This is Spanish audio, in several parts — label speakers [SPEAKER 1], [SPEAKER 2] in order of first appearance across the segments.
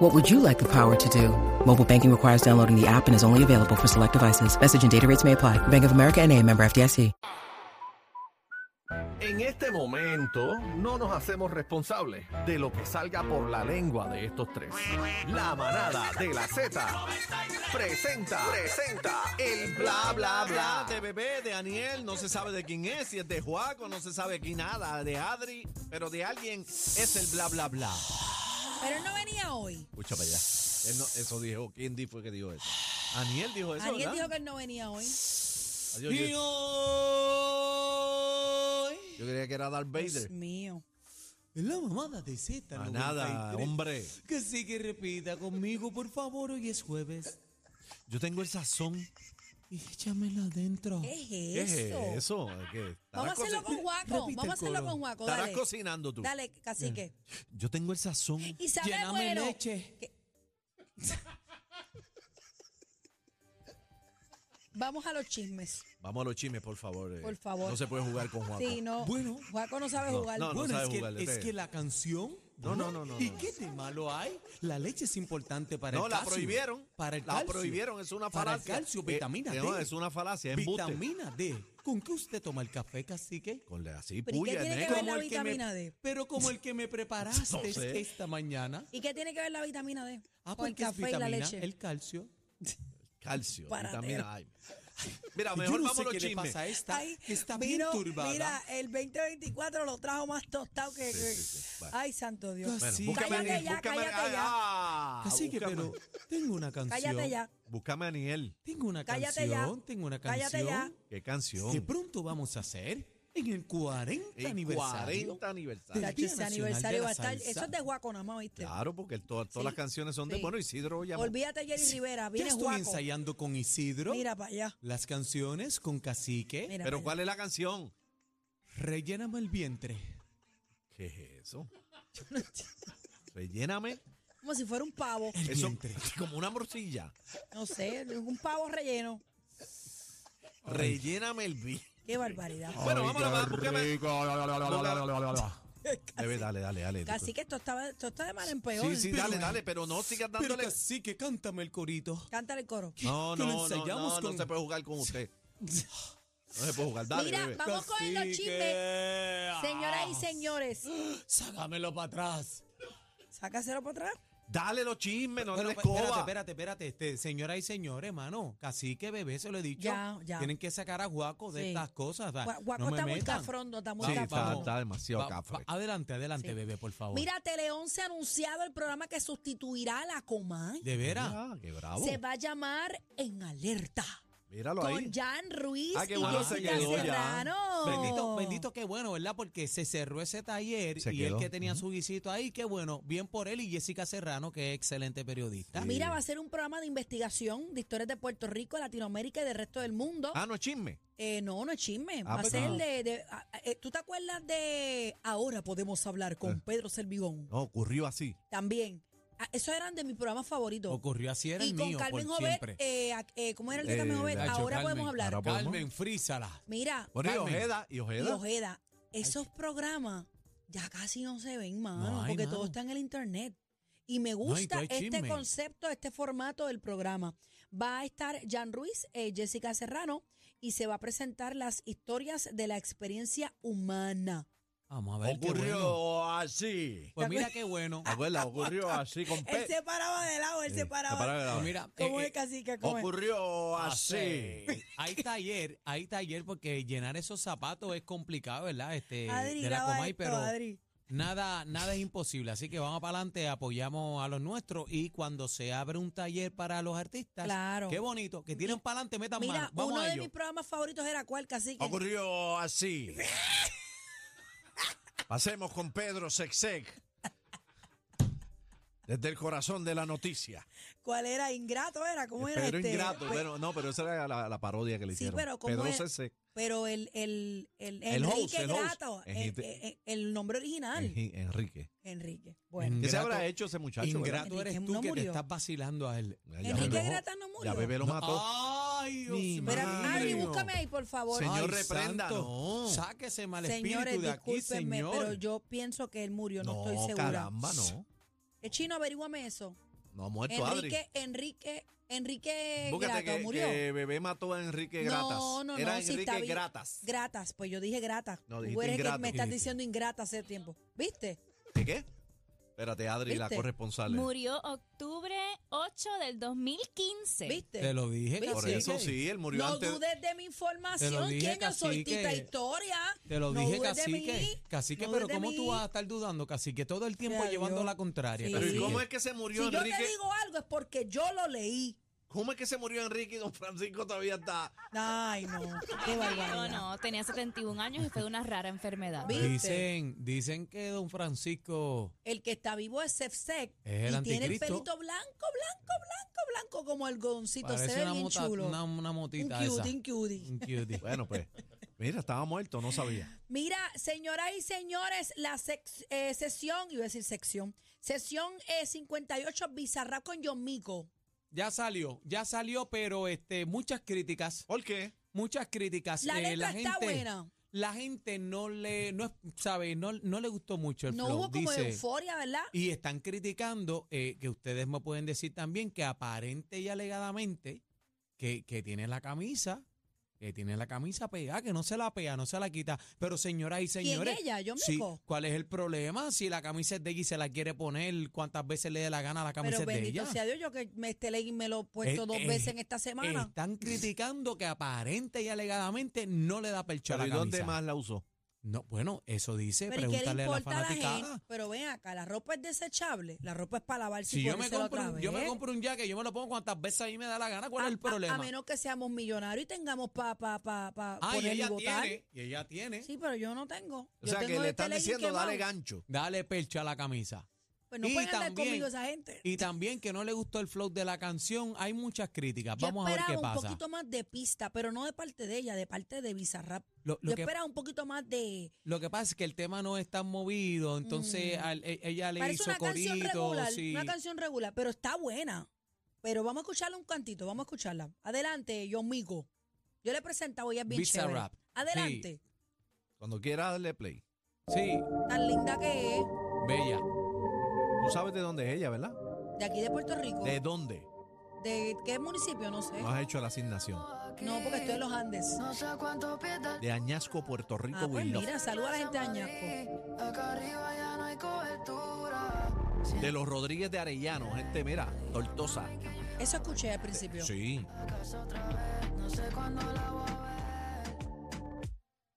[SPEAKER 1] What would you like the power to do? Mobile banking requires downloading the app and is only available for select devices. Message and data rates may apply. Bank of America and a member FDIC.
[SPEAKER 2] En este momento no nos hacemos responsables de lo que salga por la lengua de estos tres. La manada de la Z presenta, presenta el bla bla bla.
[SPEAKER 3] de bebé, de Aniel, no se sabe de quién es, si es de Juaco, no se sabe aquí nada, de Adri, pero de alguien es el bla bla bla.
[SPEAKER 4] Pero él no venía hoy.
[SPEAKER 3] Escucha para allá. Él no- eso dijo, ¿quién di- fue que dijo eso? Aniel dijo eso,
[SPEAKER 4] Alguien dijo
[SPEAKER 3] ¿verdad?
[SPEAKER 4] que él no venía hoy.
[SPEAKER 3] Adiós,
[SPEAKER 5] Y
[SPEAKER 3] yo,
[SPEAKER 5] hoy
[SPEAKER 3] yo creía que era Darth
[SPEAKER 4] Dios
[SPEAKER 3] Vader.
[SPEAKER 4] mío.
[SPEAKER 5] es la mamada de Z.
[SPEAKER 3] A nada, hombre.
[SPEAKER 5] Que sí que repita conmigo, por favor, hoy es jueves.
[SPEAKER 3] Yo tengo el sazón.
[SPEAKER 5] Y échamela adentro.
[SPEAKER 4] ¿Qué
[SPEAKER 3] ¿Qué
[SPEAKER 4] es
[SPEAKER 3] es
[SPEAKER 4] eso?
[SPEAKER 3] eso? ¿Qué?
[SPEAKER 4] Vamos a
[SPEAKER 3] Estarás
[SPEAKER 4] hacerlo
[SPEAKER 3] coci-
[SPEAKER 4] con Juaco.
[SPEAKER 5] Repite
[SPEAKER 4] Vamos a
[SPEAKER 5] el
[SPEAKER 4] hacerlo
[SPEAKER 5] coro.
[SPEAKER 4] con Juaco.
[SPEAKER 3] Estarás
[SPEAKER 4] Dale.
[SPEAKER 3] cocinando tú. Mm.
[SPEAKER 4] Dale, cacique.
[SPEAKER 3] Yo tengo el sazón.
[SPEAKER 4] Y sabe a
[SPEAKER 5] Lléname
[SPEAKER 4] bueno.
[SPEAKER 5] leche.
[SPEAKER 4] que- Vamos a los chismes.
[SPEAKER 3] Vamos a los chimes, por favor. eh.
[SPEAKER 4] Por favor.
[SPEAKER 3] No se puede jugar con Juan.
[SPEAKER 4] Sí, no.
[SPEAKER 5] Bueno.
[SPEAKER 4] Juaco no sabe jugar.
[SPEAKER 3] no,
[SPEAKER 5] bueno,
[SPEAKER 3] sabe
[SPEAKER 5] es, que,
[SPEAKER 3] jugar,
[SPEAKER 5] es
[SPEAKER 3] este.
[SPEAKER 5] que la canción.
[SPEAKER 3] No, no, no, no,
[SPEAKER 5] ¿Y
[SPEAKER 3] no.
[SPEAKER 5] qué de malo hay? La leche es importante para
[SPEAKER 3] No,
[SPEAKER 5] el
[SPEAKER 3] la
[SPEAKER 5] calcio.
[SPEAKER 3] prohibieron.
[SPEAKER 5] Para el
[SPEAKER 3] La
[SPEAKER 5] calcio.
[SPEAKER 3] prohibieron, es una
[SPEAKER 5] Para el
[SPEAKER 3] falacia.
[SPEAKER 5] calcio,
[SPEAKER 3] Eh,
[SPEAKER 5] vitamina D.
[SPEAKER 3] no, es una falacia, es embuste.
[SPEAKER 5] Vitamina D. ¿Con qué usted toma el café, cacique?
[SPEAKER 3] Con la así
[SPEAKER 4] ¿Pero y qué
[SPEAKER 3] puya,
[SPEAKER 4] tiene que
[SPEAKER 3] negro.
[SPEAKER 4] ver la
[SPEAKER 5] el que me-
[SPEAKER 4] vitamina D?
[SPEAKER 5] Pero como el que me preparaste
[SPEAKER 3] No sé.
[SPEAKER 5] esta mañana.
[SPEAKER 4] ¿Y qué tiene que ver la vitamina D?
[SPEAKER 5] Ah,
[SPEAKER 4] con el
[SPEAKER 5] porque es
[SPEAKER 4] café y la
[SPEAKER 5] vitamina,
[SPEAKER 4] leche.
[SPEAKER 5] el calcio.
[SPEAKER 3] Calcio,
[SPEAKER 4] Para
[SPEAKER 3] vitamina A. Mira,
[SPEAKER 5] Yo
[SPEAKER 3] mejor
[SPEAKER 5] no
[SPEAKER 3] vamos
[SPEAKER 5] sé
[SPEAKER 3] a los
[SPEAKER 5] qué le
[SPEAKER 3] chismes.
[SPEAKER 5] pasa a esta,
[SPEAKER 4] Ay,
[SPEAKER 5] que está
[SPEAKER 4] vino-
[SPEAKER 5] bien turbada.
[SPEAKER 4] Mira, el 2024 lo trajo más tostado que. que-
[SPEAKER 3] sí, sí. Vale.
[SPEAKER 4] Ay, santo Dios.
[SPEAKER 5] Bueno,
[SPEAKER 3] Bueno,
[SPEAKER 5] Sí.
[SPEAKER 3] búscame, a
[SPEAKER 4] Cállate
[SPEAKER 3] Aniel,
[SPEAKER 4] ya,
[SPEAKER 3] búscame, a-
[SPEAKER 4] cállate ya.
[SPEAKER 3] ah,
[SPEAKER 5] Así que,
[SPEAKER 3] búscame-
[SPEAKER 5] pero tengo una canción.
[SPEAKER 4] Cállate ya.
[SPEAKER 3] Búscame a Aniel.
[SPEAKER 5] Tengo una
[SPEAKER 4] Cállate ya.
[SPEAKER 5] canción, tengo una
[SPEAKER 4] Cállate
[SPEAKER 5] canción
[SPEAKER 4] ya.
[SPEAKER 3] ¿Qué canción?
[SPEAKER 5] que pronto vamos a hacer en el 40
[SPEAKER 3] El
[SPEAKER 5] aniversario.
[SPEAKER 3] 40
[SPEAKER 5] del
[SPEAKER 3] aniversario.
[SPEAKER 4] Tacho,
[SPEAKER 5] Día
[SPEAKER 4] ese
[SPEAKER 5] Nacional de
[SPEAKER 4] aniversario
[SPEAKER 5] la
[SPEAKER 4] va a estar.
[SPEAKER 5] Salsa.
[SPEAKER 4] Eso es de Guaco nada más, ¿viste?
[SPEAKER 3] Claro, porque el- to- todas las canciones son de.
[SPEAKER 4] sí.
[SPEAKER 3] Bueno, Isidro llamó.
[SPEAKER 4] Olvídate, Jerry Rivera.
[SPEAKER 5] Ya
[SPEAKER 4] Viene
[SPEAKER 5] estoy
[SPEAKER 4] Guaco.
[SPEAKER 5] ensayando con Isidro
[SPEAKER 4] Mira para allá.
[SPEAKER 5] las canciones con Cacique.
[SPEAKER 3] Pero
[SPEAKER 4] Mira para allá.
[SPEAKER 3] ¿cuál es la canción?
[SPEAKER 5] Relléname el vientre.
[SPEAKER 3] ¿Qué es eso? Relléname.
[SPEAKER 4] Como si fuera un pavo.
[SPEAKER 5] El
[SPEAKER 3] Eso
[SPEAKER 5] vientre.
[SPEAKER 3] como una morcilla.
[SPEAKER 4] No sé, un pavo relleno.
[SPEAKER 3] Relléname el vi.
[SPEAKER 4] Qué barbaridad.
[SPEAKER 3] Ah, Bueno, vámonos, va, búscame. Bebe, dale, dale, dale.
[SPEAKER 4] Así que esto está, esto está de mal en peor.
[SPEAKER 3] pues. Sí, sí,
[SPEAKER 5] Pero
[SPEAKER 3] dale,
[SPEAKER 5] bueno.
[SPEAKER 3] dale, pero no sigas
[SPEAKER 5] Pero
[SPEAKER 3] dándole.
[SPEAKER 5] Cacique, cántame el corito.
[SPEAKER 4] Cántale el coro.
[SPEAKER 3] No, no,
[SPEAKER 5] que lo
[SPEAKER 3] no, no,
[SPEAKER 5] ensayamos
[SPEAKER 3] no
[SPEAKER 5] con-
[SPEAKER 3] se puede jugar con usted. No se puede jugar, dale,
[SPEAKER 4] Mira,
[SPEAKER 3] bebé.
[SPEAKER 4] Vamos con los chismes. Señoras y señores,
[SPEAKER 5] Ah, Sácamelo para atrás.
[SPEAKER 4] sácaselo para atrás.
[SPEAKER 3] Dale los chismes, no
[SPEAKER 5] Bueno,
[SPEAKER 3] le
[SPEAKER 5] pa- espérate,
[SPEAKER 3] escoba.
[SPEAKER 5] espérate, espérate. Este, señoras y señores, hermano, cacique, bebé, se lo he dicho.
[SPEAKER 4] Ya, ya.
[SPEAKER 5] Tienen que sacar a Guaco de
[SPEAKER 4] Sí.
[SPEAKER 5] estas cosas.
[SPEAKER 3] Ah,
[SPEAKER 5] va,
[SPEAKER 4] Gua- Guaco
[SPEAKER 5] no me
[SPEAKER 4] está muy
[SPEAKER 5] metan.
[SPEAKER 4] cafrondo, está muy
[SPEAKER 3] Sí, está,
[SPEAKER 4] cafrondo.
[SPEAKER 3] está demasiado
[SPEAKER 5] Va-
[SPEAKER 3] cafre.
[SPEAKER 5] va- ah, adelante, adelante, bebé, por favor.
[SPEAKER 4] Mira, Tele 11 ha anunciado el programa que sustituirá a la Comay.
[SPEAKER 5] De veras.
[SPEAKER 3] Ah, qué bravo.
[SPEAKER 4] Se va a llamar En Alerta.
[SPEAKER 3] Míralo ahí.
[SPEAKER 4] Con Jan Ruiz
[SPEAKER 3] Ah, qué
[SPEAKER 4] y
[SPEAKER 3] bueno, se
[SPEAKER 4] Jessica
[SPEAKER 3] quedó ya.
[SPEAKER 4] Serrano.
[SPEAKER 5] Bendito, bendito, qué bueno, ¿verdad? Porque se cerró ese taller
[SPEAKER 3] Se
[SPEAKER 5] y
[SPEAKER 3] quedó.
[SPEAKER 5] él que tenía su guisito ahí, qué bueno. Bien por él y Jessica Serrano, que es excelente periodista.
[SPEAKER 4] Mira, va a ser un programa de investigación de historias de Puerto Rico, Latinoamérica y del resto del mundo.
[SPEAKER 3] Ah, no es chisme.
[SPEAKER 4] Eh, no, no es chisme.
[SPEAKER 3] Ah,
[SPEAKER 4] va a
[SPEAKER 3] pues,
[SPEAKER 4] ser
[SPEAKER 3] ah.
[SPEAKER 4] de. de- ah, eh, ¿Tú te acuerdas de Ahora Podemos Hablar con
[SPEAKER 3] Eh.
[SPEAKER 4] Pedro Servigón?
[SPEAKER 3] No, ocurrió así.
[SPEAKER 4] También. Ah, esos eran de mis programas favoritos.
[SPEAKER 5] Ocurrió así, era
[SPEAKER 4] y
[SPEAKER 5] el
[SPEAKER 4] con
[SPEAKER 5] mío,
[SPEAKER 4] Carmen
[SPEAKER 5] por
[SPEAKER 4] Jovet,
[SPEAKER 5] siempre.
[SPEAKER 4] eh, ah, eh, ¿cómo era el de
[SPEAKER 3] Eh,
[SPEAKER 4] Carmen Jovet?
[SPEAKER 5] Nacho,
[SPEAKER 4] Ahora
[SPEAKER 5] Carmen,
[SPEAKER 4] podemos hablar.
[SPEAKER 3] ahora podemos.
[SPEAKER 5] Carmen, frízala.
[SPEAKER 4] Mira,
[SPEAKER 3] Bueno, y
[SPEAKER 5] Carmen.
[SPEAKER 3] Ojeda, y
[SPEAKER 4] y
[SPEAKER 3] Ojeda.
[SPEAKER 4] Ojeda, esos programas ya casi no se ven, mano,
[SPEAKER 5] No hay,
[SPEAKER 4] porque
[SPEAKER 5] mano.
[SPEAKER 4] todo está en el internet. Y me
[SPEAKER 5] y
[SPEAKER 4] gusta
[SPEAKER 5] todo es
[SPEAKER 4] este
[SPEAKER 5] chisme.
[SPEAKER 4] concepto, este formato del programa. Va a estar Jan Ruiz, eh, Jessica Serrano, y se va a presentar las historias de la experiencia humana.
[SPEAKER 5] Vamos a ver. qué bueno.
[SPEAKER 3] ocurrió así.
[SPEAKER 5] Pues mira qué bueno.
[SPEAKER 3] ¿Te acuerdas? Ocurrió así con
[SPEAKER 4] Él
[SPEAKER 3] Pe.
[SPEAKER 4] se paraba de lado, él se paraba.
[SPEAKER 3] La palabra
[SPEAKER 5] Pues
[SPEAKER 3] era-
[SPEAKER 5] mira,
[SPEAKER 4] ¿Cómo
[SPEAKER 5] eh,
[SPEAKER 4] es cacique? ¿Cómo es?
[SPEAKER 3] Ocurrió
[SPEAKER 5] Ah,
[SPEAKER 3] así.
[SPEAKER 5] Hay taller, hay taller porque llenar esos zapatos es complicado, ¿verdad? Este,
[SPEAKER 4] Adri,
[SPEAKER 5] de la
[SPEAKER 4] graba
[SPEAKER 5] Comay,
[SPEAKER 4] esto,
[SPEAKER 5] pero
[SPEAKER 4] Adri.
[SPEAKER 5] nada, nada es imposible. Así que vamos para adelante, apoyamos a los nuestros y cuando se abre un taller para los artistas,
[SPEAKER 4] Claro.
[SPEAKER 5] qué bonito, que tienen para adelante, metan
[SPEAKER 4] Mira,
[SPEAKER 5] mano. Vamos
[SPEAKER 4] uno
[SPEAKER 5] a
[SPEAKER 4] de
[SPEAKER 5] ello.
[SPEAKER 4] mis programas favoritos era cuál, cacique.
[SPEAKER 3] Ocurrió así. Pasemos con Pedro Sexsec. Desde el corazón de la noticia.
[SPEAKER 4] ¿Cuál era? ¿Ingrato era? ¿Cómo era
[SPEAKER 3] Pedro
[SPEAKER 4] este?
[SPEAKER 3] Ingrato.
[SPEAKER 4] Pe-
[SPEAKER 3] Pero, no, pero esa era la, la parodia que le
[SPEAKER 4] Sí,
[SPEAKER 3] hicieron.
[SPEAKER 4] pero ¿cómo
[SPEAKER 3] Pedro
[SPEAKER 4] es?
[SPEAKER 3] Cese.
[SPEAKER 4] Pero el, el, el,
[SPEAKER 3] El
[SPEAKER 4] Enrique
[SPEAKER 3] host, el host.
[SPEAKER 4] Grato, el,
[SPEAKER 3] Enrique-
[SPEAKER 4] el- eh, el nombre original,
[SPEAKER 3] Enri- Enrique.
[SPEAKER 4] Enrique. Bueno,
[SPEAKER 3] ¿Qué se
[SPEAKER 5] Ingrato-
[SPEAKER 3] habrá hecho ese muchacho? verdad?
[SPEAKER 5] Ingrato eres
[SPEAKER 4] Enrique
[SPEAKER 5] tú
[SPEAKER 4] no
[SPEAKER 5] que te
[SPEAKER 4] murió.
[SPEAKER 5] estás vacilando a él.
[SPEAKER 3] Ya
[SPEAKER 4] Enrique
[SPEAKER 3] Bebé lo-
[SPEAKER 4] Grata no
[SPEAKER 3] Ya
[SPEAKER 4] murió.
[SPEAKER 3] Bebé lo mató.
[SPEAKER 5] Ay, Dios
[SPEAKER 3] Mi
[SPEAKER 5] mío.
[SPEAKER 4] Pero, Adri,
[SPEAKER 3] mío.
[SPEAKER 4] búscame ahí, por favor.
[SPEAKER 3] Señor,
[SPEAKER 5] Ay,
[SPEAKER 3] reprenda,
[SPEAKER 5] santo.
[SPEAKER 3] no.
[SPEAKER 5] Sáquese mal
[SPEAKER 4] Señores,
[SPEAKER 5] espíritu de aquí,
[SPEAKER 4] discúlpenme,
[SPEAKER 5] señor.
[SPEAKER 4] pero yo pienso que él murió, no, estoy segura.
[SPEAKER 3] caramba, no.
[SPEAKER 4] El chino, averígüame eso.
[SPEAKER 3] No ha muerto Adri.
[SPEAKER 4] Enrique, Enrique, Enrique
[SPEAKER 3] Búscate
[SPEAKER 4] Grato
[SPEAKER 3] que,
[SPEAKER 4] murió.
[SPEAKER 3] que Bebé mató a Enrique Gratas.
[SPEAKER 4] No, no,
[SPEAKER 3] Era
[SPEAKER 4] no, sí,
[SPEAKER 3] Enrique
[SPEAKER 4] está bien.
[SPEAKER 3] Gratas.
[SPEAKER 4] Gratas, pues yo dije grata.
[SPEAKER 3] No,
[SPEAKER 4] Tú
[SPEAKER 3] dijiste
[SPEAKER 4] eres el que
[SPEAKER 3] ingrato.
[SPEAKER 4] me estás
[SPEAKER 5] Dijiste.
[SPEAKER 4] diciendo ingrata hace tiempo. ¿Viste?
[SPEAKER 3] ¿De qué? Espérate, Adri, la
[SPEAKER 4] ¿Viste?
[SPEAKER 3] corresponsal.
[SPEAKER 6] Murió octubre 8 del 2015.
[SPEAKER 4] ¿Viste?
[SPEAKER 5] Te lo dije,
[SPEAKER 4] ¿Viste?
[SPEAKER 3] Por
[SPEAKER 5] cacique.
[SPEAKER 3] eso sí, él murió
[SPEAKER 4] no
[SPEAKER 3] antes.
[SPEAKER 4] dudes de mi
[SPEAKER 5] Te lo
[SPEAKER 4] información.
[SPEAKER 5] dije,
[SPEAKER 4] ¿Quién yo soy?
[SPEAKER 5] cacique.
[SPEAKER 4] Tita Historia.
[SPEAKER 5] Te lo
[SPEAKER 4] No
[SPEAKER 5] dije,
[SPEAKER 4] dudes de
[SPEAKER 5] cacique.
[SPEAKER 4] mí.
[SPEAKER 5] Cacique,
[SPEAKER 4] No
[SPEAKER 5] pero
[SPEAKER 4] dudes de
[SPEAKER 5] ¿cómo
[SPEAKER 4] mí.
[SPEAKER 5] tú vas a estar dudando, cacique? Todo el tiempo
[SPEAKER 4] Mira,
[SPEAKER 5] llevando
[SPEAKER 4] yo-
[SPEAKER 5] la contraria.
[SPEAKER 4] Sí.
[SPEAKER 3] Pero ¿y
[SPEAKER 5] cacique.
[SPEAKER 3] cómo es que se murió
[SPEAKER 4] Si yo
[SPEAKER 3] Enrique?
[SPEAKER 4] te digo algo es porque yo lo leí.
[SPEAKER 3] ¿Cómo es que se murió Enrique y don Francisco todavía está?
[SPEAKER 4] Ay, no. Qué
[SPEAKER 6] No,
[SPEAKER 4] barbaridad.
[SPEAKER 6] no, tenía 71 años y fue de una rara enfermedad.
[SPEAKER 4] ¿Viste?
[SPEAKER 5] Dicen, dicen que don Francisco...
[SPEAKER 4] El que está vivo es Sefsec.
[SPEAKER 5] Es el
[SPEAKER 4] y tiene el
[SPEAKER 5] anticristo.
[SPEAKER 4] pelito blanco, blanco, blanco, blanco como algodoncito. Se
[SPEAKER 5] Parece
[SPEAKER 4] ve
[SPEAKER 5] una,
[SPEAKER 4] bien
[SPEAKER 5] mota-
[SPEAKER 4] chulo.
[SPEAKER 5] una, una
[SPEAKER 4] un
[SPEAKER 5] motita esa. Mm.
[SPEAKER 4] cutie, un cutie.
[SPEAKER 5] Un cutie.
[SPEAKER 3] Bueno, pues. Mira, estaba muerto, no sabía.
[SPEAKER 4] Mira, señoras y señores, la sex- eh, sesión, iba a decir sección, sesión eh, 58, Bizarra con John Mico.
[SPEAKER 5] Ya salió, ya salió, pero este, muchas críticas,
[SPEAKER 3] ¿Por qué?
[SPEAKER 5] muchas críticas.
[SPEAKER 4] La
[SPEAKER 5] Eh,
[SPEAKER 4] letra
[SPEAKER 5] la
[SPEAKER 4] está
[SPEAKER 5] gente,
[SPEAKER 4] buena.
[SPEAKER 5] La gente no le, no, es- sabe, no, no le gustó mucho el
[SPEAKER 4] No
[SPEAKER 5] flow,
[SPEAKER 4] hubo como
[SPEAKER 5] dice.
[SPEAKER 4] euforia, ¿verdad?
[SPEAKER 5] Y están criticando, eh, que ustedes me pueden decir también, que aparente y alegadamente, que, que tiene la camisa, que tiene la camisa pegada, que no se la pega, no se la quita. Pero señoras y
[SPEAKER 4] ¿Quién
[SPEAKER 5] señores,
[SPEAKER 4] ella? John
[SPEAKER 5] sí,
[SPEAKER 4] Mico.
[SPEAKER 5] ¿cuál es el problema? Si la camisa es de ella y se la quiere poner, cuántas veces le dé la gana la camisa
[SPEAKER 4] Pero
[SPEAKER 5] es de
[SPEAKER 4] bendito
[SPEAKER 5] ella.
[SPEAKER 4] sea Dios, yo que me, este legging me lo he puesto
[SPEAKER 5] Eh,
[SPEAKER 4] dos
[SPEAKER 5] eh,
[SPEAKER 4] veces en esta semana.
[SPEAKER 5] Están criticando que aparente y alegadamente no le da percho a
[SPEAKER 3] Pero
[SPEAKER 5] la
[SPEAKER 3] ¿y dónde
[SPEAKER 5] camisa.
[SPEAKER 3] más la usó?
[SPEAKER 5] No, bueno, eso dice,
[SPEAKER 4] Pero ¿y qué le
[SPEAKER 5] pregúntale a la "Ah".
[SPEAKER 4] importa a la
[SPEAKER 5] fanaticada.
[SPEAKER 4] gente? Pero ven acá, la ropa es desechable, la ropa es para lavarse
[SPEAKER 5] Si
[SPEAKER 4] y
[SPEAKER 5] yo me,
[SPEAKER 4] ponérsela
[SPEAKER 5] compro,
[SPEAKER 4] otra
[SPEAKER 5] un- yo me
[SPEAKER 4] vez.
[SPEAKER 5] compro un jaque, yo me lo pongo cuantas veces a mí me da la gana, ¿cuál
[SPEAKER 4] a,
[SPEAKER 5] es el
[SPEAKER 4] a-
[SPEAKER 5] problema?
[SPEAKER 4] A, menos que seamos millonarios y tengamos para pa, pa, pa
[SPEAKER 5] Ah, y
[SPEAKER 4] poner y
[SPEAKER 5] ella
[SPEAKER 4] votar.
[SPEAKER 5] tiene, y ella tiene.
[SPEAKER 4] Sí, pero yo no tengo.
[SPEAKER 3] O
[SPEAKER 4] Yo
[SPEAKER 3] sea, que
[SPEAKER 4] tengo
[SPEAKER 3] le
[SPEAKER 4] este
[SPEAKER 3] están
[SPEAKER 4] legging
[SPEAKER 3] diciendo,
[SPEAKER 4] quemado.
[SPEAKER 3] dale gancho.
[SPEAKER 5] Dale percho a la camisa.
[SPEAKER 4] Pues no
[SPEAKER 5] Y
[SPEAKER 4] pueden andar
[SPEAKER 5] también-
[SPEAKER 4] conmigo esa gente.
[SPEAKER 5] Y también que no le gustó el flow de la canción, hay muchas críticas.
[SPEAKER 4] Yo
[SPEAKER 5] Vamos a ver
[SPEAKER 4] esperaba
[SPEAKER 5] qué
[SPEAKER 4] un
[SPEAKER 5] pasa.
[SPEAKER 4] poquito más de pista, pero no de parte de ella, de parte de Bizarrap.
[SPEAKER 5] Lo, lo
[SPEAKER 4] Yo
[SPEAKER 5] que,
[SPEAKER 4] esperaba un poquito más de...
[SPEAKER 5] lo que pasa es que el tema no es tan movido, entonces
[SPEAKER 4] Mm.
[SPEAKER 5] al- e- ella le
[SPEAKER 4] Parece
[SPEAKER 5] hizo
[SPEAKER 4] una canción regular,
[SPEAKER 5] coritos y
[SPEAKER 4] una canción regular, pero está buena. Pero vamos a escucharla un cantito, vamos a escucharla. Adelante, yo migo. Yo le presentaba, ella es bien
[SPEAKER 5] Visa
[SPEAKER 4] chévere.
[SPEAKER 5] Rap.
[SPEAKER 4] Adelante.
[SPEAKER 3] Cuando quiera, darle play.
[SPEAKER 5] Sí,
[SPEAKER 4] Tan linda que es,
[SPEAKER 5] bella.
[SPEAKER 3] Tú sabes de dónde es ella, ¿verdad?
[SPEAKER 4] de aquí de Puerto Rico.
[SPEAKER 3] ¿De Ah.
[SPEAKER 4] ¿De,
[SPEAKER 3] dónde?
[SPEAKER 4] qué municipio? No sé.
[SPEAKER 3] No has hecho la asignación.
[SPEAKER 4] No, porque estoy en los Andes.
[SPEAKER 3] Ah,
[SPEAKER 7] No sé cuántos pies de
[SPEAKER 3] De Añasco, Puerto Rico,
[SPEAKER 4] Ah, pues
[SPEAKER 3] Willow.
[SPEAKER 4] mira, saluda a la gente de Añasco.
[SPEAKER 7] Acá arriba ya no hay cobertura.
[SPEAKER 3] De los Rodríguez de Arellano, gente, mira, tortosa.
[SPEAKER 4] Eso escuché al principio.
[SPEAKER 3] Sí.
[SPEAKER 7] Casa otra vez, no sé cuándo la voy a ver.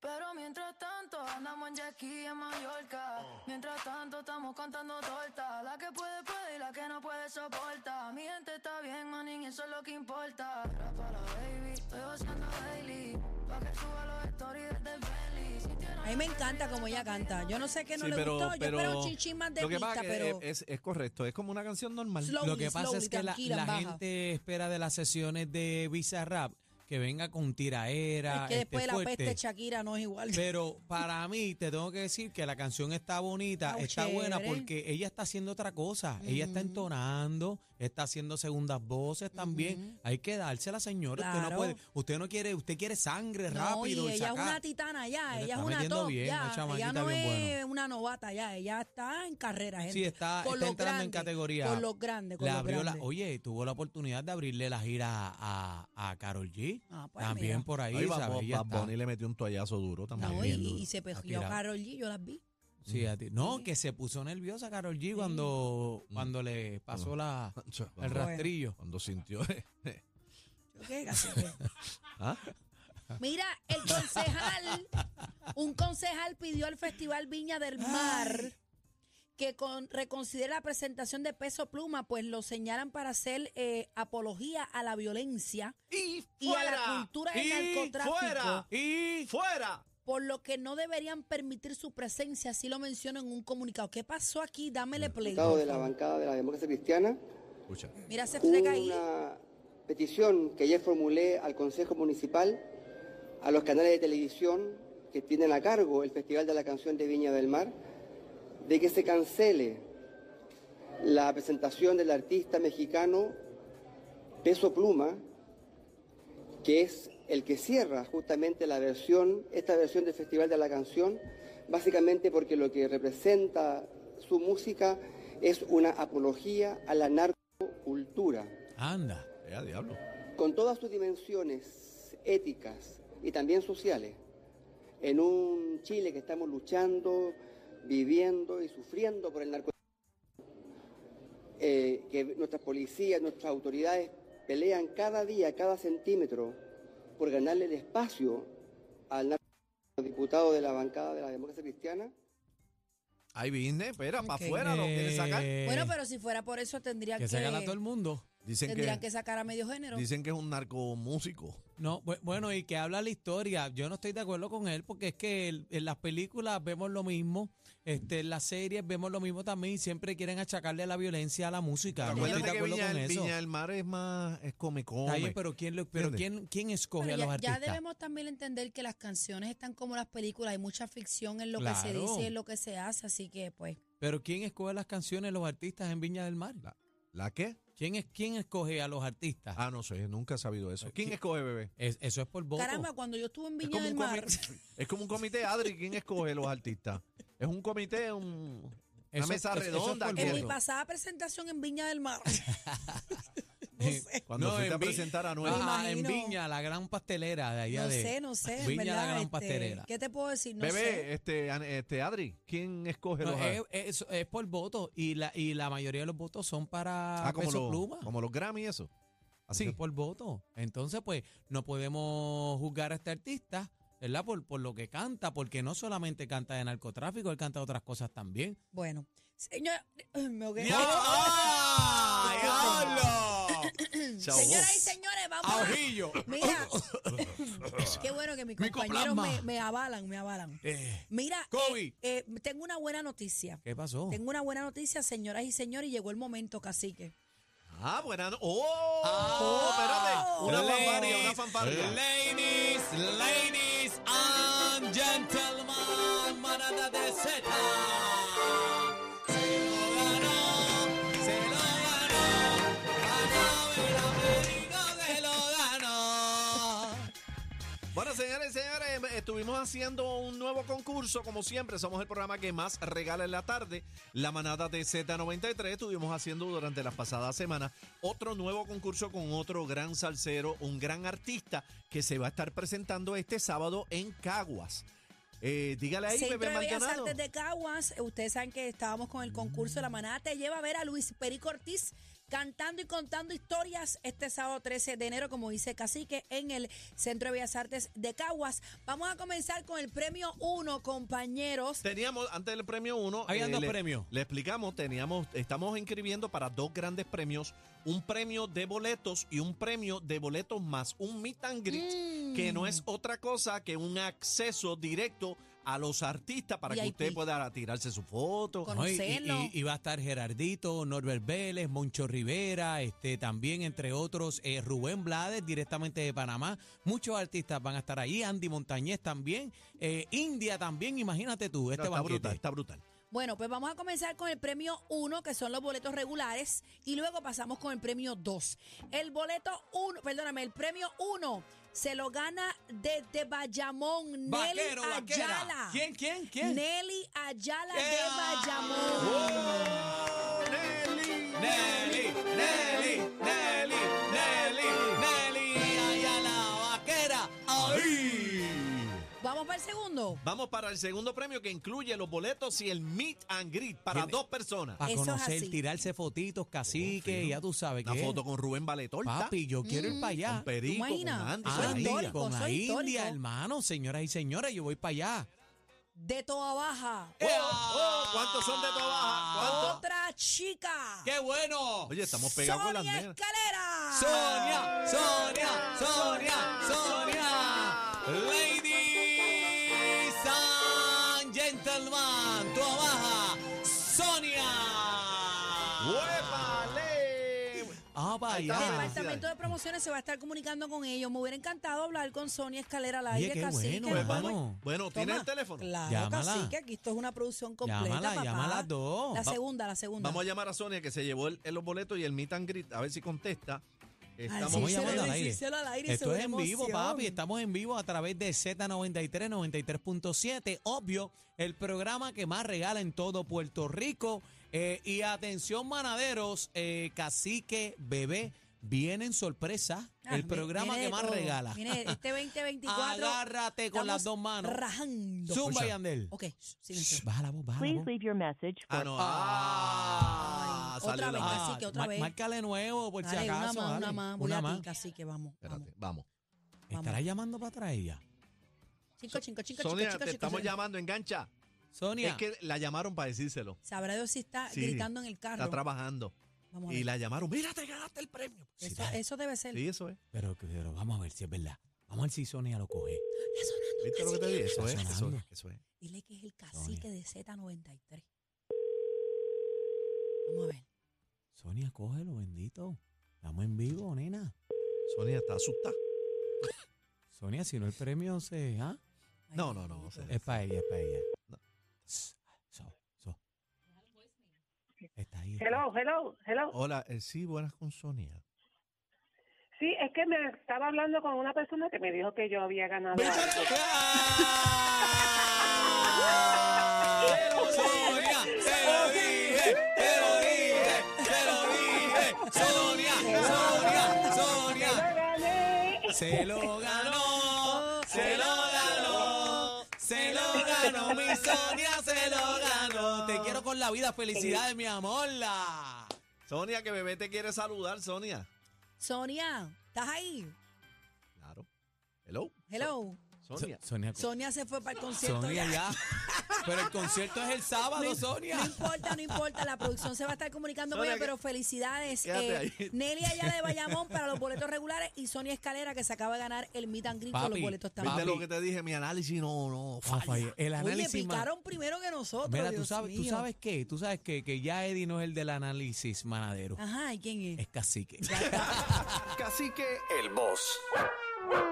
[SPEAKER 7] Pero mientras tanto, andamos en jet ski en Mallorca. Mientras tanto, estamos contando tortas. La que puede, puede y la que no puede, soporta. Mi gente está bien, manín, y eso es lo que importa. Para la baby, estoy usando daily. Pa' que suba los stories desde el Bentley. Si tiene
[SPEAKER 4] A mí me encanta como ella canta. Yo no sé qué no
[SPEAKER 3] Sí,
[SPEAKER 4] le
[SPEAKER 3] pero,
[SPEAKER 4] gustó. Yo espero
[SPEAKER 3] pero
[SPEAKER 4] un chinchín más de
[SPEAKER 3] lo que
[SPEAKER 4] pista,
[SPEAKER 3] pasa que
[SPEAKER 4] pero
[SPEAKER 3] es, eh, es correcto, es como una canción normal.
[SPEAKER 4] Slow.
[SPEAKER 5] Lo
[SPEAKER 4] Slowly,
[SPEAKER 5] que pasa
[SPEAKER 4] slowly,
[SPEAKER 5] es que la,
[SPEAKER 4] tranquila,
[SPEAKER 5] la
[SPEAKER 4] en baja.
[SPEAKER 5] gente espera de las sesiones de Visa Rap que venga con
[SPEAKER 3] eh,
[SPEAKER 5] tiraera.
[SPEAKER 4] es que después
[SPEAKER 5] este,
[SPEAKER 4] de la
[SPEAKER 5] fuerte.
[SPEAKER 4] peste Shakira no es igual.
[SPEAKER 5] Pero para mí, te tengo que decir que la canción está bonita,
[SPEAKER 4] Au,
[SPEAKER 5] está buena,
[SPEAKER 4] chévere.
[SPEAKER 5] porque ella está haciendo otra cosa. Ella está entonando, está haciendo segundas voces también. Hay que dársela, señor. Usted
[SPEAKER 4] Claro.
[SPEAKER 5] no puede, usted no quiere, usted quiere
[SPEAKER 4] no,
[SPEAKER 5] sangre
[SPEAKER 4] y
[SPEAKER 5] rápido y,
[SPEAKER 4] ella es
[SPEAKER 5] sacar.
[SPEAKER 4] una titana ya, ella
[SPEAKER 5] Le
[SPEAKER 4] es
[SPEAKER 5] está
[SPEAKER 4] una
[SPEAKER 5] metiendo
[SPEAKER 4] top
[SPEAKER 5] bien, una
[SPEAKER 4] ya, ella
[SPEAKER 5] chamaquita
[SPEAKER 4] no
[SPEAKER 5] bien
[SPEAKER 4] es
[SPEAKER 5] buena.
[SPEAKER 4] una novata ya, ella está en carrera, gente.
[SPEAKER 5] Sí, está,
[SPEAKER 4] Con
[SPEAKER 5] está
[SPEAKER 4] los
[SPEAKER 5] entrando en
[SPEAKER 4] grandes,
[SPEAKER 5] categoría.
[SPEAKER 4] Con los grandes, con
[SPEAKER 5] Le
[SPEAKER 4] los
[SPEAKER 5] abrió la-
[SPEAKER 4] grandes.
[SPEAKER 5] oye, tuvo la oportunidad de abrirle la gira a, a, Carol G.
[SPEAKER 4] Ah, pues
[SPEAKER 5] también
[SPEAKER 4] mira.
[SPEAKER 5] por ahí,
[SPEAKER 3] Ahí
[SPEAKER 5] ¿sabes?
[SPEAKER 3] va
[SPEAKER 5] Ella está.
[SPEAKER 3] Bonnie le metió un toallazo duro también.
[SPEAKER 4] no, y,
[SPEAKER 5] bien
[SPEAKER 4] y
[SPEAKER 5] duro.
[SPEAKER 4] se pegió
[SPEAKER 5] Aspirado.
[SPEAKER 4] a Carol G, yo las vi.
[SPEAKER 5] Sí, a ti. No, que se puso nerviosa Carol G cuando, Mm. cuando le pasó la, el
[SPEAKER 3] Cuando-
[SPEAKER 5] rastrillo.
[SPEAKER 3] Cuando sintió.
[SPEAKER 4] Yo, ¿qué, cacique?
[SPEAKER 3] ¿Ah?
[SPEAKER 4] Mira, el concejal, un concejal pidió al Festival Viña del Mar que con, reconsidere la presentación de Peso Pluma, pues lo señalan para hacer eh, apología a la violencia
[SPEAKER 3] Y
[SPEAKER 4] y a la cultura del
[SPEAKER 3] y
[SPEAKER 4] narcotráfico.
[SPEAKER 3] ¡Fuera! ¡Y fuera!
[SPEAKER 4] por lo que no deberían permitir su presencia, así lo menciona en un comunicado. ¿Qué pasó aquí? Dámele play.
[SPEAKER 8] diputado de la bancada de la democracia cristiana,
[SPEAKER 3] Escucha.
[SPEAKER 4] Mira, se
[SPEAKER 8] hubo
[SPEAKER 4] frega ahí.
[SPEAKER 8] una petición que ayer formulé al Consejo Municipal, a los canales de televisión que tienen a cargo el Festival de la Canción de Viña del Mar, de que se cancele la presentación del artista mexicano Peso Pluma, que es el que cierra justamente la versión, esta versión del Festival de la Canción, básicamente porque lo que representa su música es una apología a la narcocultura,
[SPEAKER 5] Anda.
[SPEAKER 3] Ea, Eh, diablo.
[SPEAKER 8] con todas sus dimensiones éticas y también sociales, en un Chile que estamos luchando, viviendo y sufriendo por el narco eh, que nuestras policías, nuestras autoridades pelean cada día, cada centímetro, por ganarle el espacio al narco diputado de la bancada de la democracia cristiana.
[SPEAKER 3] Hay business, espera, para
[SPEAKER 4] Ok.
[SPEAKER 3] afuera lo quieren sacar.
[SPEAKER 5] Eh,
[SPEAKER 4] Bueno, pero si fuera por eso tendría
[SPEAKER 5] que
[SPEAKER 4] que,
[SPEAKER 5] se gana todo el mundo.
[SPEAKER 3] Dicen
[SPEAKER 4] tendrían que
[SPEAKER 3] que,
[SPEAKER 4] sacar a medio género.
[SPEAKER 3] dicen que es un narcomúsico.
[SPEAKER 5] No, bu- bueno, y que habla la historia. Yo no estoy de acuerdo con él porque es que el- en las películas vemos lo mismo, este, en las series vemos lo mismo también y siempre quieren achacarle la violencia a la música. No estoy
[SPEAKER 3] Acuérdate
[SPEAKER 5] de
[SPEAKER 3] que
[SPEAKER 5] acuerdo
[SPEAKER 3] Viña,
[SPEAKER 5] con
[SPEAKER 3] del-
[SPEAKER 5] eso.
[SPEAKER 3] Viña del Mar es más, es come
[SPEAKER 5] Está bien,
[SPEAKER 3] come.
[SPEAKER 5] pero ¿quién, lo- pero
[SPEAKER 3] ¿Entiendes?
[SPEAKER 5] quién, quién escoge
[SPEAKER 4] Pero
[SPEAKER 5] a los
[SPEAKER 4] ya, ya
[SPEAKER 5] artistas?
[SPEAKER 4] debemos también entender que las canciones están como las películas, hay mucha ficción en lo que se
[SPEAKER 5] Claro.
[SPEAKER 4] dice, en lo que se hace, así que pues
[SPEAKER 5] Pero ¿quién escoge las canciones, los artistas en Viña del Mar?
[SPEAKER 3] ¿La qué?
[SPEAKER 5] ¿Quién, es, ¿Quién escoge a los artistas?
[SPEAKER 3] Ah, no sé, nunca he sabido eso. ¿Quién escoge, bebé?
[SPEAKER 5] Es- eso es por voto.
[SPEAKER 4] Caramba, cuando yo estuve en
[SPEAKER 3] Es
[SPEAKER 4] Viña
[SPEAKER 3] como,
[SPEAKER 4] del
[SPEAKER 3] un
[SPEAKER 4] Mar,
[SPEAKER 3] comité, es como un comité, Adri, ¿quién escoge los artistas? Es un comité, un, una
[SPEAKER 5] Eso-
[SPEAKER 3] mesa
[SPEAKER 5] eso- eso es
[SPEAKER 3] redonda.
[SPEAKER 5] por
[SPEAKER 3] ¿quién?
[SPEAKER 4] en mi
[SPEAKER 5] voto.
[SPEAKER 4] pasada presentación en Viña del Mar,
[SPEAKER 3] Cuando
[SPEAKER 5] No,
[SPEAKER 3] fuiste
[SPEAKER 5] en
[SPEAKER 3] a
[SPEAKER 5] Vi-
[SPEAKER 3] presentar a Noel.
[SPEAKER 5] Ah,
[SPEAKER 4] Me
[SPEAKER 5] en
[SPEAKER 4] imagino.
[SPEAKER 5] Viña, la gran pastelera de allá
[SPEAKER 4] no
[SPEAKER 5] de...
[SPEAKER 4] sé, no sé, en
[SPEAKER 5] Viña la
[SPEAKER 4] verdad,
[SPEAKER 5] gran
[SPEAKER 4] este,
[SPEAKER 5] pastelera.
[SPEAKER 4] ¿qué te puedo decir? No sé.
[SPEAKER 3] Bebé, este, an- este, Adri, ¿quién escoge
[SPEAKER 5] No,
[SPEAKER 3] los
[SPEAKER 5] es, es- es por voto y la, y la mayoría de los votos son para
[SPEAKER 3] Ah, como
[SPEAKER 5] Peso
[SPEAKER 3] los,
[SPEAKER 5] Pluma.
[SPEAKER 3] como los Grammy y eso.
[SPEAKER 5] Eso
[SPEAKER 3] Así.
[SPEAKER 5] es por voto. Entonces, pues, no podemos juzgar a este artista, ¿verdad? Por, por lo que canta, porque no solamente canta de narcotráfico, él canta otras cosas también.
[SPEAKER 4] Bueno, señor, me ahogué.
[SPEAKER 3] ¡Ah! ¡Diablo! Se ahogó.
[SPEAKER 4] Señoras y señores, vamos
[SPEAKER 3] A
[SPEAKER 4] a-
[SPEAKER 3] ojillo.
[SPEAKER 4] Mira, qué bueno que mis compañeros
[SPEAKER 5] Micoplasma.
[SPEAKER 4] me, me avalan, me avalan.
[SPEAKER 5] Eh,
[SPEAKER 4] Mira, eh,
[SPEAKER 5] Kobe.
[SPEAKER 4] eh, tengo una buena noticia.
[SPEAKER 5] ¿Qué Oh. pasó?
[SPEAKER 4] Tengo una buena noticia, señoras y señores, y llegó el momento, cacique.
[SPEAKER 3] Ah, buena no- ¡Oh!
[SPEAKER 5] Ah.
[SPEAKER 3] ¡Oh! Espérate. Una fanfarria, una fanfarria.
[SPEAKER 5] Ladies, ladies and gentlemen, manada de Z. Se lo ganó, se lo ganó, ganó el americano, se lo ganó.
[SPEAKER 3] Bueno, señores y señores, em, estuvimos haciendo un nuevo concurso, como siempre, somos el programa que más regala en la tarde, la manada de Z93, estuvimos haciendo durante las pasadas semanas otro nuevo concurso con otro gran salsero, un gran artista que se va a estar presentando este sábado en Caguas. Eh, dígale ahí,
[SPEAKER 4] Centro
[SPEAKER 3] Bebé
[SPEAKER 4] de Bellas
[SPEAKER 3] Maldonado.
[SPEAKER 4] Artes de Caguas. eh, Ustedes saben que estábamos con el concurso de La Manada Te Lleva a ver a Luis Perico Ortiz cantando y contando historias este sábado 13 de enero, como dice Cacique, en el Centro de Bellas Artes de Caguas. Vamos a comenzar con el premio 1, compañeros.
[SPEAKER 3] Teníamos antes del premio 1.
[SPEAKER 5] Habían dos premios.
[SPEAKER 3] Le explicamos, teníamos, estamos inscribiendo para dos grandes premios: un premio de boletos y un premio de boletos más un meet and greet, que no es otra cosa que un acceso directo a los artistas para que
[SPEAKER 4] VIP.
[SPEAKER 3] usted pueda tirarse su foto.
[SPEAKER 4] Con-
[SPEAKER 5] No, y- y-
[SPEAKER 4] Conocerlo.
[SPEAKER 5] Y, y va a estar Gerardito, Norbert Vélez, Moncho Rivera, este también entre otros eh, Rubén Blades directamente de Panamá. Muchos artistas van a estar ahí, Andy Montañez también, eh, India también, imagínate tú,
[SPEAKER 3] No,
[SPEAKER 5] este
[SPEAKER 3] está
[SPEAKER 5] banquete.
[SPEAKER 3] brutal, está brutal.
[SPEAKER 4] Bueno, pues vamos a comenzar con el premio 1, que son los boletos regulares, y luego pasamos con el premio 2. El boleto 1, perdóname, el premio 1 se lo gana desde Bayamón,
[SPEAKER 5] Vaquero,
[SPEAKER 4] Nelly
[SPEAKER 5] vaquera.
[SPEAKER 4] Ayala.
[SPEAKER 5] ¿Quién, quién, quién? Eh, ah. Uh.
[SPEAKER 4] Nelly Ayala
[SPEAKER 5] ¡Ea!
[SPEAKER 4] de Bayamón.
[SPEAKER 3] Nelly,
[SPEAKER 5] Nelly, Nelly, Nelly, Nelly, Nelly, Ayala, vaquera, ahí.
[SPEAKER 4] Vamos para el segundo.
[SPEAKER 3] Vamos para el segundo premio que incluye los boletos y el meet and greet para
[SPEAKER 5] Tiene-
[SPEAKER 3] dos personas.
[SPEAKER 5] Para
[SPEAKER 4] Eso es
[SPEAKER 5] conocer,
[SPEAKER 4] así.
[SPEAKER 5] tirarse fotitos, cacique,
[SPEAKER 3] fino.
[SPEAKER 5] ya tú sabes
[SPEAKER 3] Una
[SPEAKER 5] que
[SPEAKER 3] foto con Rubén Valetorta.
[SPEAKER 5] Papi, yo quiero ir para allá.
[SPEAKER 3] Con Perico,
[SPEAKER 4] ¿Tú imaginas?
[SPEAKER 3] con Andy,
[SPEAKER 4] Ah,
[SPEAKER 3] con
[SPEAKER 4] Mm. soy
[SPEAKER 5] Anda,
[SPEAKER 3] Andy.
[SPEAKER 4] histórico,
[SPEAKER 5] con
[SPEAKER 4] soy
[SPEAKER 5] la
[SPEAKER 4] histórico.
[SPEAKER 5] India, hermano, señoras y señores, yo voy para allá.
[SPEAKER 4] De Toa Baja.
[SPEAKER 5] Eh.
[SPEAKER 3] Oh, oh, ¿Cuántos son de toda baja? ¿Cuántos?
[SPEAKER 4] Otra chica.
[SPEAKER 5] ¡Qué bueno!
[SPEAKER 3] Oye, estamos pegados con
[SPEAKER 4] Sonia
[SPEAKER 3] las nenas.
[SPEAKER 4] Escalera. Ah.
[SPEAKER 5] Sonia,
[SPEAKER 4] Ah.
[SPEAKER 5] Sonia, Sonia, Sonia, Lady Talman, tu abaja, Sonia.
[SPEAKER 3] ¡Huevale!
[SPEAKER 5] Ah, para
[SPEAKER 3] Ahí está.
[SPEAKER 4] El
[SPEAKER 5] allá.
[SPEAKER 4] departamento de promociones se va a estar comunicando con ellos. Me hubiera encantado hablar con Sonia Escalera al
[SPEAKER 5] Oye,
[SPEAKER 4] aire,
[SPEAKER 5] qué
[SPEAKER 4] cacique.
[SPEAKER 5] bueno,
[SPEAKER 4] hermano.
[SPEAKER 5] hermano.
[SPEAKER 3] Bueno,
[SPEAKER 4] Toma.
[SPEAKER 3] ¿tiene el teléfono?
[SPEAKER 4] Claro,
[SPEAKER 5] Llámala.
[SPEAKER 4] cacique, aquí esto es una producción completa,
[SPEAKER 5] Llámala,
[SPEAKER 4] papá.
[SPEAKER 5] llámala las dos.
[SPEAKER 4] La
[SPEAKER 5] Va-
[SPEAKER 4] segunda, la segunda.
[SPEAKER 3] Vamos a llamar a Sonia que se llevó el- los boletos y el meet and greet, a ver si contesta. Estamos
[SPEAKER 5] Vamos a
[SPEAKER 4] Decírselo,
[SPEAKER 5] llamarla al aire.
[SPEAKER 4] decírselo al aire,
[SPEAKER 5] Esto
[SPEAKER 4] según
[SPEAKER 5] es en vivo,
[SPEAKER 4] emoción.
[SPEAKER 5] papi. Estamos en vivo a través de Z93, 93.7. Obvio, el programa que más regala en todo Puerto Rico. Eh, y atención, manaderos, eh, cacique, bebé, vienen sorpresa.
[SPEAKER 4] Ah,
[SPEAKER 5] el
[SPEAKER 4] vi-
[SPEAKER 5] programa
[SPEAKER 4] viene de
[SPEAKER 5] que más
[SPEAKER 4] todo.
[SPEAKER 5] regala.
[SPEAKER 4] Viene este 2024.
[SPEAKER 5] Agárrate con las dos manos.
[SPEAKER 4] Rajando.
[SPEAKER 5] Zumba, Yandel.
[SPEAKER 4] Ok,
[SPEAKER 5] Shh,
[SPEAKER 4] silencio.
[SPEAKER 5] Baja la voz, baja la
[SPEAKER 9] Please
[SPEAKER 5] voz.
[SPEAKER 9] leave your message
[SPEAKER 3] Ah, no.
[SPEAKER 5] Ah,
[SPEAKER 4] Ay, otra
[SPEAKER 3] salió la-
[SPEAKER 4] vez,
[SPEAKER 3] Ah,
[SPEAKER 4] cacique, otra
[SPEAKER 5] ma-
[SPEAKER 4] vez.
[SPEAKER 5] Márcale nuevo, por si
[SPEAKER 4] Dale,
[SPEAKER 5] acaso.
[SPEAKER 4] una más,
[SPEAKER 5] dale.
[SPEAKER 4] una más. Voy
[SPEAKER 5] Una
[SPEAKER 4] a
[SPEAKER 5] más.
[SPEAKER 4] ti, cacique, vamos.
[SPEAKER 3] Espérate, vamos.
[SPEAKER 4] vamos.
[SPEAKER 5] ¿Estará llamando para atrás ella?
[SPEAKER 4] Cinco, cinco, cinco,
[SPEAKER 3] Sonia,
[SPEAKER 4] cinco,
[SPEAKER 3] te
[SPEAKER 4] cinco,
[SPEAKER 3] estamos
[SPEAKER 4] cinco.
[SPEAKER 3] llamando, engancha.
[SPEAKER 5] Sonia.
[SPEAKER 3] Es que la llamaron para decírselo.
[SPEAKER 4] Sabrá Dios si está
[SPEAKER 3] Sí,
[SPEAKER 4] gritando en el
[SPEAKER 3] Está
[SPEAKER 4] carro.
[SPEAKER 3] trabajando.
[SPEAKER 4] Vamos a
[SPEAKER 3] Y
[SPEAKER 4] ver.
[SPEAKER 3] la llamaron, mira, te ganaste el premio.
[SPEAKER 5] Sí,
[SPEAKER 4] Eso,
[SPEAKER 5] dale.
[SPEAKER 4] eso debe ser.
[SPEAKER 3] Sí, eso es.
[SPEAKER 5] Pero, pero vamos a ver si es verdad. Vamos a ver si Sonia lo coge.
[SPEAKER 4] Está sonando,
[SPEAKER 3] ¿Viste lo que te
[SPEAKER 4] cacique.
[SPEAKER 3] dije? Eso es,
[SPEAKER 5] Está
[SPEAKER 3] eso
[SPEAKER 5] sonando.
[SPEAKER 3] es, eso es.
[SPEAKER 4] Dile que es el cacique de Z93. Vamos a ver.
[SPEAKER 5] Sonia, cógelo, bendito. Estamos en vivo, nena.
[SPEAKER 3] Sonia está asustada.
[SPEAKER 5] Sonia, si no el premio se... ¿ah?
[SPEAKER 4] Ay,
[SPEAKER 3] No, no, no,
[SPEAKER 4] bendito.
[SPEAKER 3] o sea,
[SPEAKER 5] Es para ella, es para ella.
[SPEAKER 3] No.
[SPEAKER 5] Sss, so, so. Está ahí. está.
[SPEAKER 10] Hello, hello, hello.
[SPEAKER 3] Hola, eh, sí, buenas con Sonia.
[SPEAKER 10] Sí, es que me estaba hablando con una persona que me dijo que yo había ganado. algo.
[SPEAKER 5] Sonia, se lo dije, se lo dije, se lo dije. Sonia, Sonia, Sonia.
[SPEAKER 10] Gané.
[SPEAKER 5] Se lo ganó, se lo ganó, se lo ganó, mi Sonia se lo ganó. Te quiero con la vida, felicidades, mi amor. la.
[SPEAKER 3] Sonia, que bebé te quiere saludar, Sonia.
[SPEAKER 4] Sonia, ¿estás ahí?
[SPEAKER 3] Claro. Hello.
[SPEAKER 4] Hello.
[SPEAKER 3] Sonia.
[SPEAKER 5] So- Sonia,
[SPEAKER 4] Sonia se fue para el concierto.
[SPEAKER 5] Sonia
[SPEAKER 4] ya.
[SPEAKER 5] ya. Pero el concierto es el sábado, Sonia.
[SPEAKER 4] No importa, no importa, la producción se va a estar comunicando con
[SPEAKER 3] Sonia,
[SPEAKER 4] ella,
[SPEAKER 3] que-
[SPEAKER 4] pero felicidades.
[SPEAKER 3] quédate
[SPEAKER 4] eh,
[SPEAKER 3] ahí.
[SPEAKER 4] Nelly Ayala de Bayamón para los boletos regulares y Sonia Escalera que se acaba de ganar el meet and greet con los
[SPEAKER 5] Papi,
[SPEAKER 4] boletos
[SPEAKER 3] ¿Viste
[SPEAKER 4] también.
[SPEAKER 3] lo que te dije? Mi análisis no, no.
[SPEAKER 5] Ah, falla. El
[SPEAKER 4] Oye,
[SPEAKER 5] análisis más-
[SPEAKER 4] picaron primero que nosotros.
[SPEAKER 5] Mira, tú
[SPEAKER 4] Dios
[SPEAKER 5] sabes, tú
[SPEAKER 4] mío.
[SPEAKER 5] sabes qué, tú sabes qué, que ya Eddie no es el del análisis
[SPEAKER 4] Ah.
[SPEAKER 5] manadero,
[SPEAKER 4] Ajá, ¿y quién es?
[SPEAKER 5] es cacique.
[SPEAKER 2] Cacique, el boss.